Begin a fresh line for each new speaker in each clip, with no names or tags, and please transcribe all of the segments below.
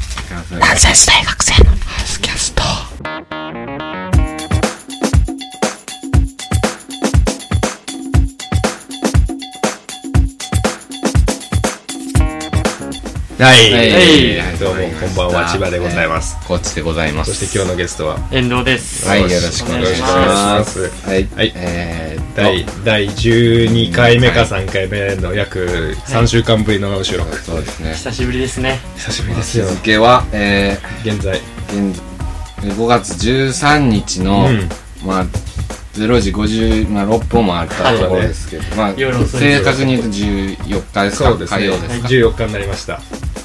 してます
南西市大学生の
スキャストはい、
はい
はいどうも
はい
こんばんは千葉でございます、
コーチでございます
そして今日のゲストは
遠藤です。
はい
そ
よ
う
ろ
です
しくお願いし
よろ
ま
しく
す
お願いし
はい、
はい
えーっと
第第12回目か3回目の約3週間ぶりの収録、
そうですね
久しぶりですね。
久しぶりです
日
よ
付は、え
現在
ー、現5月13日の、
うん
まあ0時56、まあ、6分もあったところですけど、まあ、
夜遅い
正確に言うと14日です
そう
か
です
火
ね
曜ですか
14日になりました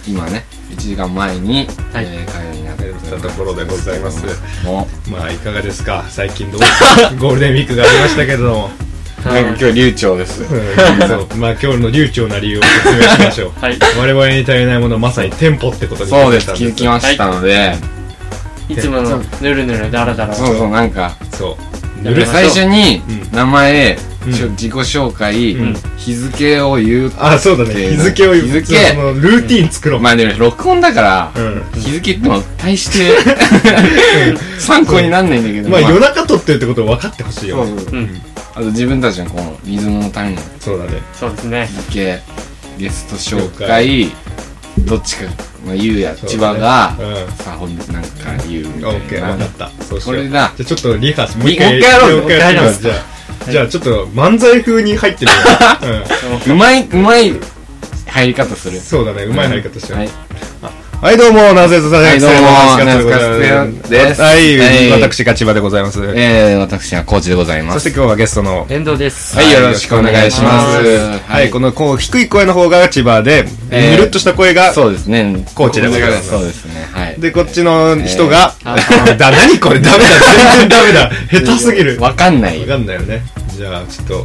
今ね1時間前に、
はい
えー火曜になっ
や
て
ったところでございます
も
まあいかがですか最近どうですかゴールデンウィークがありましたけども、
うなんか今日流暢です
うんそうまあ今日の流暢な理由を説明しましょう、
はい
我々に足りないものはまさにテンポってことに気
そう
づ
で
い
す
たん
気づきましたので、
いつものぬるぬるだらだら。
そうそうなんか
そう
や
ぬ
め
る
ましょう
さ
最初に
うん
名前、しょ
うん
自己紹介、
うん
日付を言う
あそうだね日付を言う
日付
そのルーティン作ろう、
まあでも録音だから、
うん
日付っても大して 参考になんないんだけど、
まあ夜中撮ってるってことを分かってほしい
そ
よね
うそう
うん、
あと自分たちのこのリズムのために
そうだね
そうですね。
日付ゲスト紹介どっちか、まあ、ゆうや
そうだね
千葉が、
うん
さあほんなんか言うみ
オッ
た
ケ
い
ー、
な
分かった。そうしよう
これだ
じゃあちょっとリハーサル、
もう一回やろう
もう一回やろう
もう一
じゃあ、じゃあちょっと漫才風に入ってみよ
うまいうまい入り方する
う。そうだね、うまい入り方して
はい
る。はい、どうも、なぜとさ
はいどうもナ
でございます
ズカスです
はい、
はい
私が千葉でございます。
えー、私はコーチでございま
そし
す
て今日はゲストの、
遠藤です。
はいよろしくお願いします
はい
は
はいい、このこう低い声の方が千葉で、
えー
ぬるっとした声が、
そうですね
コーチでございます
そうですねはい
で、こっちの人が、
あ
だ、何これ、ダメだ、全然ダメだ、下手すぎる。わ
わかんない
かんないよね。じゃあ、ちょっと、も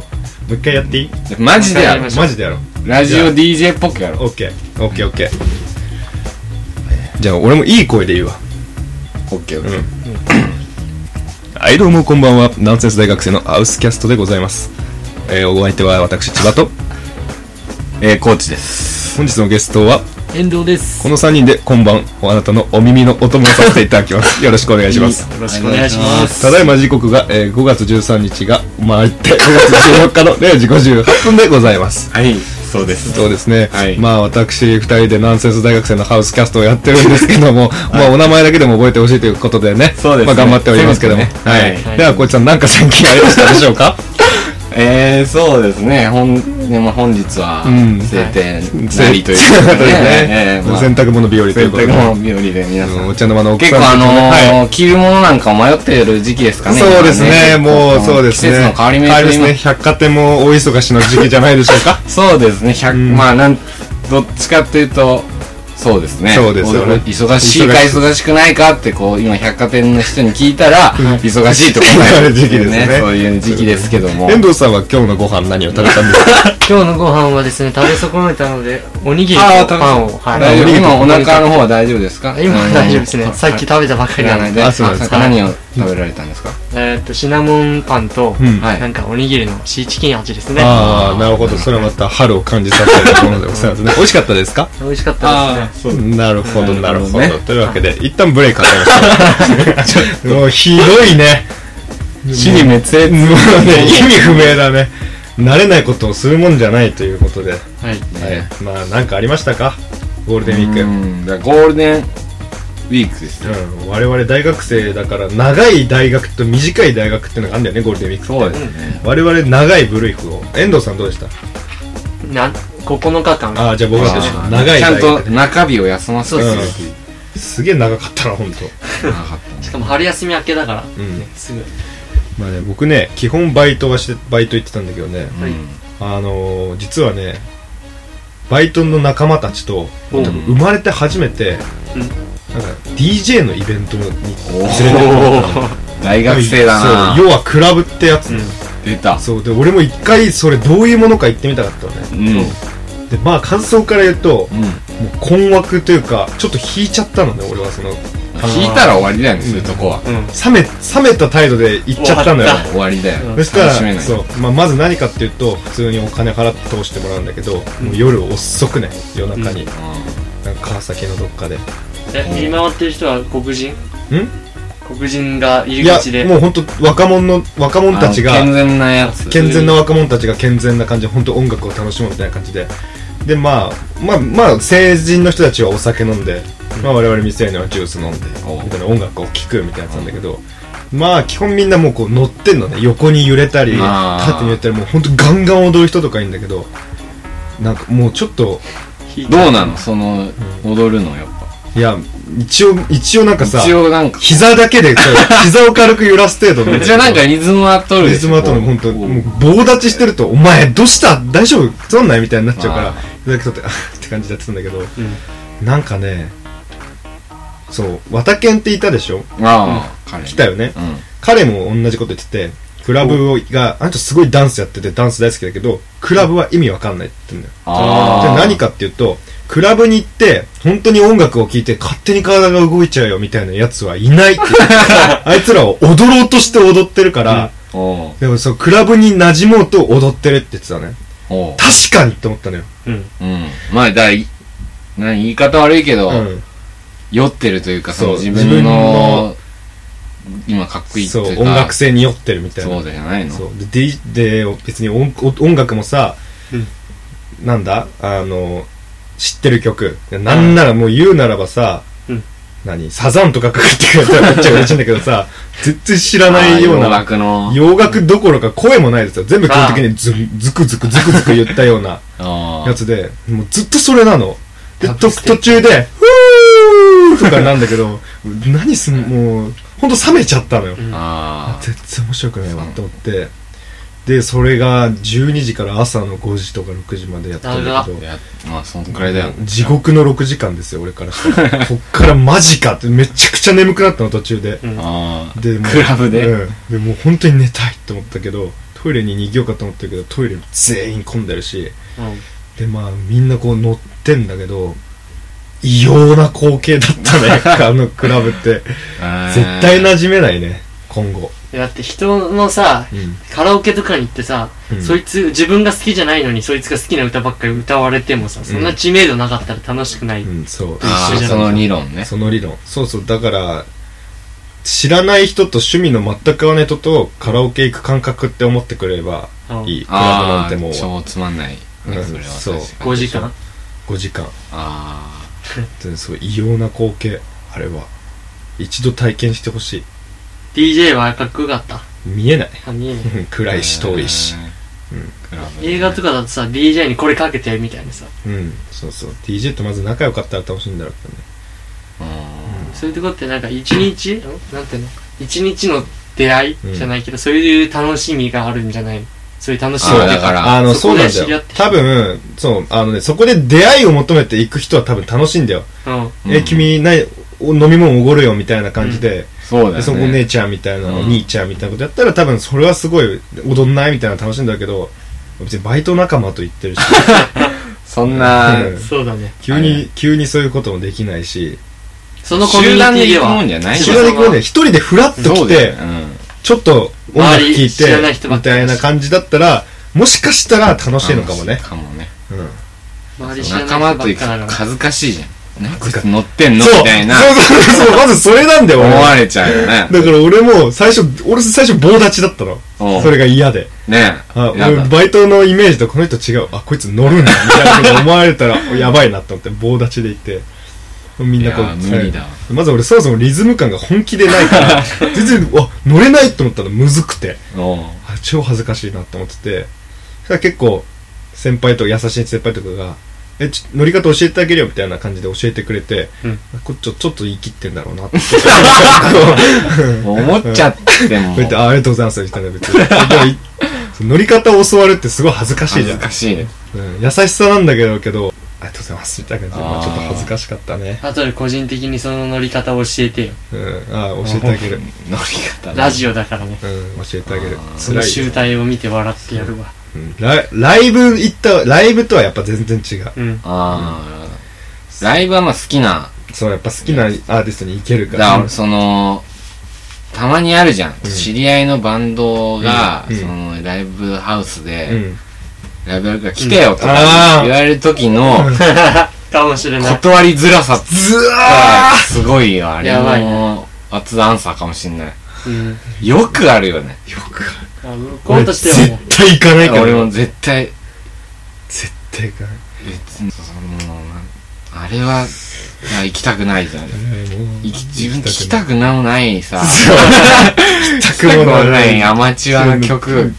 う一回やっていい
マジでや
わか
る
りまし
マジでやろう。
ラジオ DJ っぽくやろ
オッケーオッケーオッケーじゃあ俺もいい声で言うわ
う OK
んはいどうもこんばんはナンセンス大学生のアウスキャストでございます、えー、お相手は私千葉と
えー、コーチです
本日のゲストは
遠藤です。
この3人で今晩あなたのお耳のお供をさせていただきますよろしくお願いします
よろしくお願いします。
ただいま時刻が、えー、5月13日が回って5月14日の0時58分でございます
はいそうです
そうですね、
はい
まあ私2人でナンセンス大学生のハウスキャストをやってるんですけども、まあお名前だけでも覚えてほしいということでね
そうですね
まあ、頑張っておりますけども、
せめてね
は
はいい
はい
ではこいつさん何か最近ありましたでしょ うか
えー、そうですね本ね、まあ、本日は
ん
晴天なりという
そう
こと
で
です
ね、
えーまあ
洗濯物日和とい
洗
う ことで、
濯物日和で皆
う
さ
ん
ん
お茶の間の奥
結
さん
構あのー
はい
着るものなんか迷っている時期ですかね
そうですね、
今
もう
結構
そうですね
季節の変わり目
変
と
です
今
ね百貨店も大忙しの時期じゃないでしょうか
そうですね、100まあなんどっちかっていうとそうですね
そうですよね
お忙しいか
忙しい
忙しくないかってこう今百貨店の人に聞いたら忙しいとか
なる時期ですね
そういう時期ですけど も
遠藤さんは今日のご飯何を食べたんですか
今日のご飯はですね、食べ損ねたので、おにぎり
あー
と
食べ
パンを。は
大丈夫
い
今お腹の方は大丈夫ですか
今
あの
大丈夫ですね。さっき
い
食べたばかり
ら
な
な
の
い
で
で。
あそうなんです
あ何を食べられたんですか
えーっと、シナモンパンと、
ん
はい
なんかおにぎりのシーチキン味ですね。
ああなるほどそれはまた春を感じさせるところでござ いますね美味しかったですか
美味しかったですね。
そう
なるほど、な
な
る
る
ほ
ほ
ど。
どね
というわけで、一旦ブレイク当たりまし た。もうひどいね。
死に滅裂
もうね、意味不明だね。慣れないことをするもんじゃないということで。は
はい。
い。まあ、なんかありましたかゴールデンウィーク。
うんだからゴールデンウィークですね
うん、我々大学生だから長い大学と短い大学っていうのがあるんだよねゴールデンウィークって
そうですね
我々長い部類服を遠藤さんどうでした
な、9日間。
ああじゃあ僕はどうでした
あー
長い
ちゃん
大
と
学
中日を休ませて
そう
そうすげえ長かったな本当。
なかった
しかも春休み明けだから、
うん
すぐ。
まあね僕ね基本バイトはしてバイト行ってたんだけどね、
はい
あのー実はねバイトの仲間たちと
お
生まれて初めて、
うん
なんか DJ のイベントに連れ
おー
てもらっ
大
た
学生だ
そう
な
要はクラブってやつ、
うん
出た
そうで俺も一回それどういうものか行ってみたかったのね
うんうん
でまあ感想から言うと、もう困惑というかちょっと引いちゃったのね俺はその
聞いたら終わりだよねそういうとこは
うん。
冷め冷めた態度で行っちゃったの
終
よ
わっ
終わりだよ
そした
楽しめ
ら
ない
そう、まあ、まず何かっていうと普通にお金払って通してもらうんだけど、もう夜遅くね夜中に、
う
なんか川崎のどっかで
え、見回ってる人は黒人黒人が入
い
り
や
口で。
もう本当若者の若者たちが
あの健全なやつ
健全な若者たちが健全な感じで本当音楽を楽しもうみたいな感じででまあまあまあ成人の人たちはお酒飲んで、まあ、我々未成年はジュース飲んで
お
みたいな音楽を聴くみたいなやつなんだけど、まあ基本みんなもうこう乗ってんのね横に揺れたり
あー
縦に揺れたりもう本当ガンガン踊る人とかいるんだけどなんかもうちょっと
どうなのその踊るのやっ
いや一応一応なん
ぱ
かさ
一応なんか
膝だけでこう膝を軽く揺らす程度 の
一応なんかリズムは取る
リズムアートの本当もう棒立ちしてると「お前どうした大丈夫そんない?」みたいになっちゃうから
あ
膝だけ取って「あ ーって感じでやってたんだけど
うん。
なんかねそう綿犬っていたでしょ
ああ彼
来たよね
うん
彼も同じこと言っててクラブをがあの人すごいダンスやっててダンス大好きだけどクラブは意味わかんないって言ってんだよ
あ
じゃ
あ
あ何かっていうとクラブに行って本当に音楽を聴いて勝手に体が動いちゃうよみたいなやつはいないって言ってあいつらを踊ろうとして踊ってるから、
おう
でもそう、クラブに馴染もうと踊ってるって言ってたね。
おう
確かにって思ったのよ。
うん。
うんまあだい何言い方悪いけど、
うん。
酔ってるというかその
そう
自分
自分
の
の
今かっこいいって
そう、
いう
音
か
楽性に酔ってるみたいな。
そうじゃないの
そうで、で、で別に音音楽もさ、なんだあの、知ってる曲。なんならもう言うならばさ、
うん
何サザンとかかかってくれたらめっちゃ嬉しいんだけど さ、全然知らないよう
ああ洋
な、
楽の
洋楽どころか声もないですよ。全部基本的にズンズクズクズクズク言ったような。
あ
やつで、もうずっとそれなの。で、
タッ
と
プステ
途
ップ
中で、ふーとかなんだけど、何すん、もう、ほんと冷めちゃったのよ。
うん
あ
全然面白くないわって思って。で、それが12時から朝の5時とか6時までやったんだけ
あい
ど、
やまあそんくらいだよ
地獄の6時間ですよ、俺からしたら。こっからマジかって、めちゃくちゃ眠くなったの、途中で。
ああ
でもう
クラブで
うん、でもう本当に寝たいって思ったけど、トイレに逃げようかと思ったけど、トイレ全員混んでるし、でまあみんなこう乗ってんだけど異様な光景だったねあのクラブって絶対馴染めないね今後、
だって人のさ、カラオケとかに行ってさ、
うん
そいつ、自分が好きじゃないのに、そいつが好きな歌ばっかり歌われてもさ、そんな知名度なかったら楽しくない。
うんそう
ああ
一緒じゃ
そ
ない
の理論ね
その理論そうそうだから知らない人と趣味の全く合わない人とカラオケ行く感覚って思ってくれれば
うん
いいクラブな
あ
んても
あ
う
超つまんないね
うん
それは
そう
確かに
5時間
5時間
あ
でそう異様な光景あれは一度体験してほし
?DJ はかっこよかった。
い見えない
あ、見えない。
あ
暗いし遠いし
クラブ
映画とかだとさ、DJ にこれかけて、みたいなさ。
うんそうそう DJ とまず仲良かったら楽しいんだろうけどね
うん
そういうとこってなんか一日、んなんていうの一日の出会いじゃないけど、そういう楽しみがあるんじゃないそういう楽しみ
そう
が
だから
あの、
そ
そう
こ
な
で
んだ
知り合
よ
って。
多分、そう、あのね、そこで出会いを求めていく人は多分楽しいんだよ。
うん。
え、君、なお飲み物おごるよみたいな感じで、
そうだ
で
よ
そこお
ね
姉ちゃんみたいな、
うん
お兄ちゃんみたいなことやったら多分それはすごい踊んないみたいなの楽しいんだけど、別にバイト仲間と言ってるし、
そんな
うん
そうだね。
急
は
に、急にそういうこともできないし、
そのコミュ
集
ニ
団
テ
で
ィで
行くも
は
ん、じゃない
それでこうね、一人でフラッと
そ
来
うだよね、
て
うん
ちょっと音楽
周
聴
り
い
知らない人
て、
ば
み
っかりだ
た
し
いな感じだったら、もしかしたら楽しいのかもね。
かもね
うん
周り知らない人
仲
ば
間
っ
と行く
かなの
と
に。
恥ずかしいじゃんなんかこいつ乗ってんの
そう
みたいな
そうそうそう、まずそれなんだよ、
思
俺は
われちゃうよね
だから俺も最初、俺最初棒立ちだったの。
おう
それが嫌で。
ね
あ
えな
俺
んか
バイトのイメージとこの人違う。あ、こいつ乗るんだ。みたいなこと思わ れたら、やばいなと思って棒立ちで行って。みんなこう
いやー無理だわ
まず俺そもそもリズム感が本気でな いから、全然、あ、乗れないと思ったのむずくて。
おう
あ超恥ずかしいなって思ってて。そしたら結構、先輩と、優しい先輩とかが、え、ちょ乗り方教えてあげるよみたいな感じで教えてくれて、
うん
こちょちょっと言い切ってんだろうなって。
思っちゃっても
こうやって、あありがとうございますみたいな別に。でもいそう乗り方を教わるってすごい恥ずかしい
恥
じゃ
ず
ん。
かしいね
うん、優しさなんだけど、けど、ありがとうございますみたいな感じで、ま
あー
あ、ちょっと恥ずかしかったね。
あとで個人的にその乗り方を教えてよ。
うん、ああ、教えてあげる。うん、
乗り方
ラジオだからね。
教えてあげる
あ。
その
辛い
集
よ、
大を見て笑ってやるわ。
うんライ。ライブ行った、ライブとはやっぱ全然違う。
うん。
ああライブはまあ好きな
そう、やっぱ好きなアーティストに行けるか
だ
ら。
からそのたまにあるじゃん、知り合いのバンドが、
うんうん
そのライブハウスで、
うん。
ライブやるから来てよと
うんあ
か
ー
言われる時の、
かもしれない。
断りづらさ
ず
が
わ
すごいよ、あれ
やばい
も。熱アンサーかもしんない。
うん。
よくあるよね。
ーよくある
あ向こうとして
俺
はもう
絶対行かないから
俺も絶対、
絶対行かない
別に、その、あれは、いや行きたくないじゃん。
えーもう
行き自分聞きたくもないさ、
行き
聞きたくもないア
っ
マチュアの曲、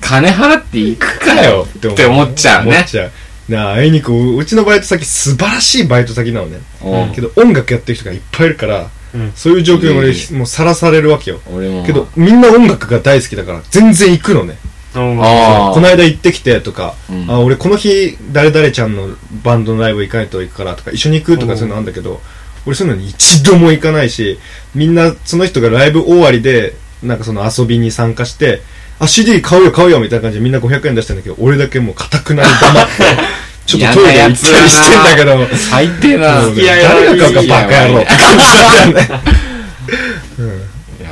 金払って行くかよ
て
って思っちゃう
思
ね
っ。ちゃうなああいにくうちのバイト先素晴らしいバイト先なのね
うん
けど音楽やってる人がいっぱいいるから、
うん
そういう状況に俺、
う
もうさらされるわけよ
俺も。
けど、みんな音楽が大好きだから全然行くのね
うん
ああ。
この間行ってきてとか、
うん
あ俺この日誰々ちゃんのバンドのライブ行かないと行くからとか一緒に行くとかそういうのあるんだけど俺そういうのに一度も行かないしみんなその人がライブ終わりでなんかその遊びに参加してあ CD 買うよ買うよみたいな感じでみんな500円出したんだけど俺だけもうかたくなに黙って ちょっとトイレ行ったりしてんだけど
最低な。
もうね
いやいや
誰が買うかバカ野郎って感じだったよね
いや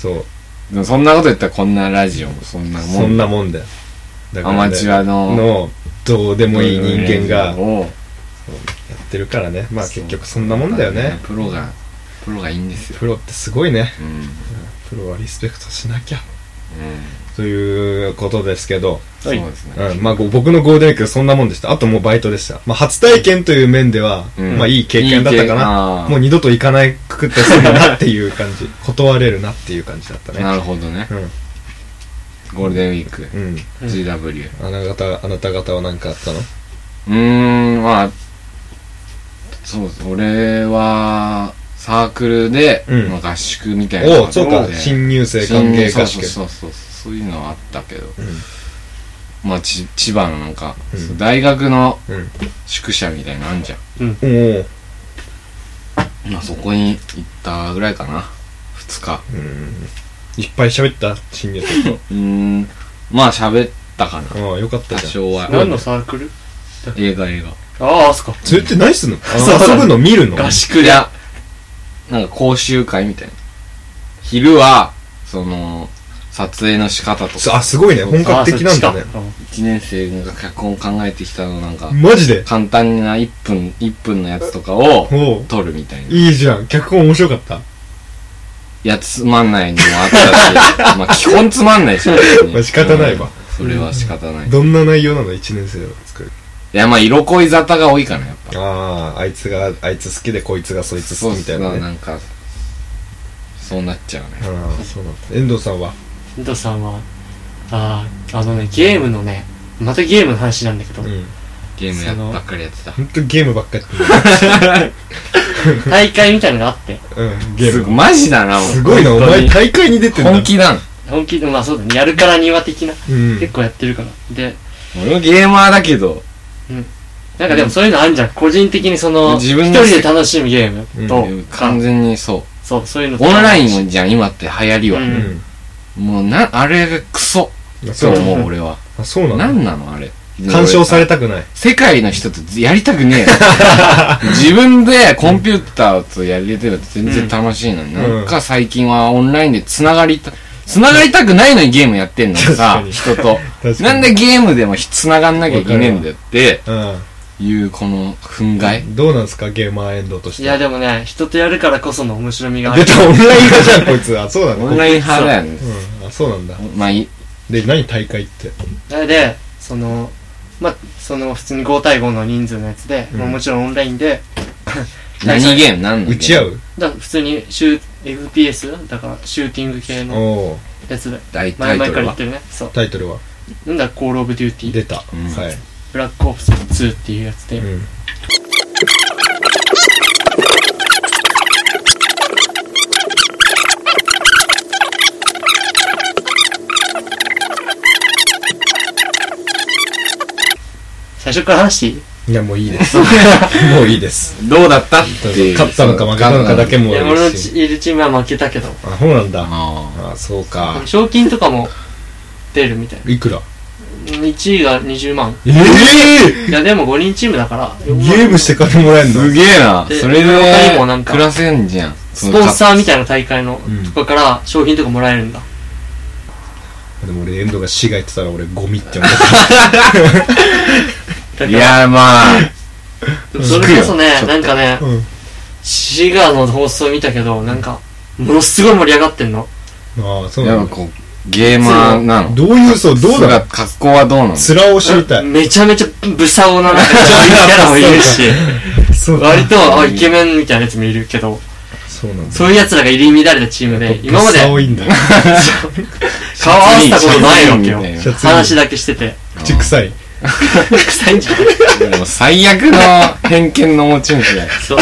そう
ーでもそんなこと言ったらこんなラジオもそんなも
そ
ん。
んなもんだよだ
アマチュアの
のどうでもいい人間がや
を
ってるからねまあ結局そんなもんだよね
プロが、プロがいいんですよ。
プロってすごいね
うん。うん
プロはリスペクトしなきゃということですけど、
そうですね。
うんまあ、ご僕のゴールデンウィークそんなもんでしたあともうバイトでした、まあ、初体験という面では、
うん
まあ、いい経験だったかない
い経験あー
もう二度と行かないくくって済むなっていう感じ 断れるなっていう感じだったね
なるほどね。ゴールデンウィーク、
うんうん
GW。
あなたあなた方は何かあったの
うーん、まあ、そうです。俺は、サークルで、
うん
まあ合宿みたいな
お
のがあ
お
って。
うそうか新入生歓迎合宿
そうそうそうそう、そういうのはあったけど。
う
まあ、ち千葉のなんか、
うん
そう大学の
んうん
宿舎みたいなのあんじゃ
おお
ん。まあ、そこに行ったぐらいかな。二日。
うんいっぱい喋った新入 生
うーん、まあ、喋ったかな。
とああよかった
多
じゃん
少は。
何のサークル
映画映
ああ、あそこ。
それって何す んの
そうだね
遊ぶの見るの
画。
合
宿や、なんか講習会みたいな。昼は、その、撮影の仕方と
そう
か、
あ、すごいね。本格的なんだね
あ。そっち
1年生が脚本考えてきたのなんか、
マジで
簡単な1分、1分のやつとかを
おう
撮るみたいな。
いいじゃん。脚本面白かった。
いや、つまんないのもあった し、まあ基本つまんないし、
まあ仕方ないわ
うん。それは仕方ない。い
どんな内容なの ?1 年生を作る。
や、まあ色恋沙汰が多いかな、やっぱ。
ああ、あいつが、あいつ好きで、こいつがそいつ好きみたいな
そう
ね。
なんか、そうなっちゃうね。
ああ、そうなんだ。遠藤さんは
ンドさんは、ああ、あのね、ゲームのね、またゲームの話なんだけど
う、ん。
ゲームやっばっかりやってた。
ほんとゲームばっかり。
大会みたいなのがあって、
うん、ゲ
す
ー
ご
ム。
いマジだな、もう
すごいな、お
本当
前
に
大会に出てんだ。
本気だな。
本気で、まあそうだね、やるからには的な、
うん。
結構やってるから。で、
俺もゲーマーだけど、
なんかでもそういうのあるじゃん。個人的にその、
自
一
分
人
の
で楽しむゲームとか
完、全にそ
そう、そういうの
う。
と
オ
か
ンラインじゃん、今って流行りは。
うん
もうな、あれがクソ。
うん。
そう
う。
思う、俺は。
あ、そうな
なんん
だ。
なの、あれ。
干渉され
た。
たくない。
世界の人とやりたく ねえ。自分でコンピューターとやれてると全然楽しいのに。
うん
なんか最近はオンラインで繋がりた、繋がりたくないのにゲームやってんのにさ
確か、に
人と。
確かに。
なんでゲームでも繋がんなきゃいけねえんだよっていう、この、憤
う
慨。
ん。どうなんすかゲーマー遠藤として。
いやでもね、人とやるからこその面白みがあ
出
る。
た、オンライン派じゃん、こいつ。あ、そうな
オ
の
ンライン派だよね。
うん。あ、そうなんだ。
まあ、い
で、何大会って。
で、その、まあ、その普通に5対5の人数のやつで、
うん
まあもちろんオンラインで、
何ゲーム何のゲーム
打ち合う
だから普通にシュー FPS? だからシューティング系の
おう
やつで。
大タ
前
イ
々
ト
から
ル
言っ
は
てるね。そう。
タイトルは
なんだ、コールオブデューティー。
出た。
うん
はい。
ブラックオプス2っていうやつで。
うん。
最初から話していい
いや、もういい です。もういいです。
どうだったっていう
勝ったのか負けたのかだけ
も
も
い
い
や、俺の
いし。
いるチームは負けたけど。
あ、そうなんだ。
あ
あ、そうか。
賞金とかも出るみたいな。
いくら
1位が20万。
ええ
いや、でも5人チームだから。
ゲームして金もらえ
あ
んの
すげえな
で
それ
他にもなん
で
か
暮らせんじゃん
スポンサーみ
い
たいな大会の
うん
とこから商品とかもらえるんだ。
でも俺、遠藤が市が言ってたら俺、ゴミって思った。
だから
いやまあ
でもそれこそね
聞くよちょっと
なんかね
うん
シガーの放送見たけどなんかものすごい盛り上がってんの
ああそうな
やっ
ん
ぱ
だ
こう、ゲーマーなの。
どういうそうどうだろ
姿格好はどうなの
う面を知りたい
めちゃめちゃブサオななんかそういうキャラもいるし
そう
割とあイケメンみたいなやつもいるけど
そうなんだ
そういう奴らが入り乱れたチームで今まで
顔いいんだ
顔合わせたことないわけよ
シャツ
話だけしてて
口臭い
臭いんじゃない
でも最悪の偏見の持ち主だよ。
そう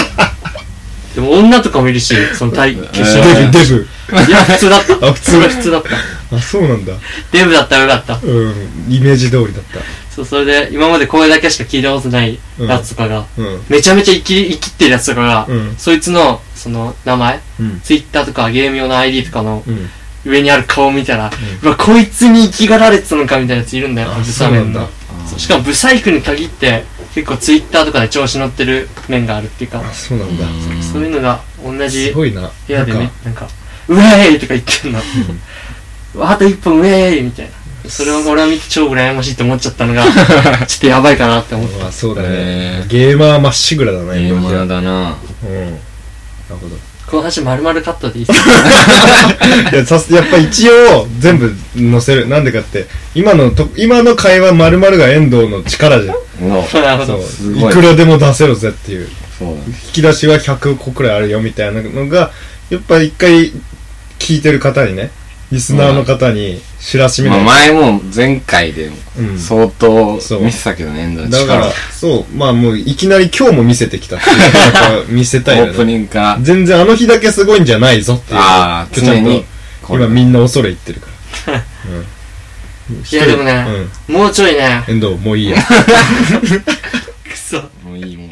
でも女とかもいるしその体決
え
勝
デ
ー
ブデ
いや普通だった
あ普通
それは普通だった
ブあそうなんだ
デブだったらよかった
うんイメージ通りだった
そうそれで今まで声だけしか聞いたことないやつとかが、
うん
めちゃめちゃ生き生きってるやつとかが、
うん
そいつのその名前
うん
ツイッターとかゲーム用の ID とかの
うん
上にある顔を見たら、うわこいつに生きがられてたのかみたいなやついるんだよ
あ
ブ
そ
サ
うな
メ
ん
ン
だ
のそうしかもブサイクに限って結構ツイッターとかで調子乗ってる面があるっていうか
あそうなんだ
うん
そういうのが同じ
す
部
ごいな
屋で
な
ね
んか
なんか「ウェーイ!」とか言ってんの、あと一本ウェーイみたいなそれを俺は見て超羨ましいと思っちゃったの がちょっとやばいかなって思っ
まあそうだ
へ
ね
ー
ゲーマーまっしぐらだね
ゲーマー
だ
だな
うんなるほど
たこの話丸々カットでいいっす か
いやさすやっぱ一応全部載せるなんでかって今のと今の会話まるが遠藤の力じゃん
のそ
なるほ
そう
ど
す
い
ごい
くらでも出せろぜっていう
うだね。
引き出しは100個くらいあるよみたいなのがやっぱ一回聞いてる方にねリスナーの方に知らしめ
ま
な
あ
い、
前も前回で
うん
相当
そう
見てたけどね、遠藤の
だか
力
ら
オ
そうまあもういきなり今日も見せてきたっていう なんか見せたい
ー
よ
プ
ね
ニングから。
全然あの日だけすごいんじゃないぞっていう
ああ、
今日ちゃ
常
んと
に、これ
今みんな恐れ入ってるからうん
いやでもねもうちょいね
うん、遠藤もういいや
くそ
もういいもん。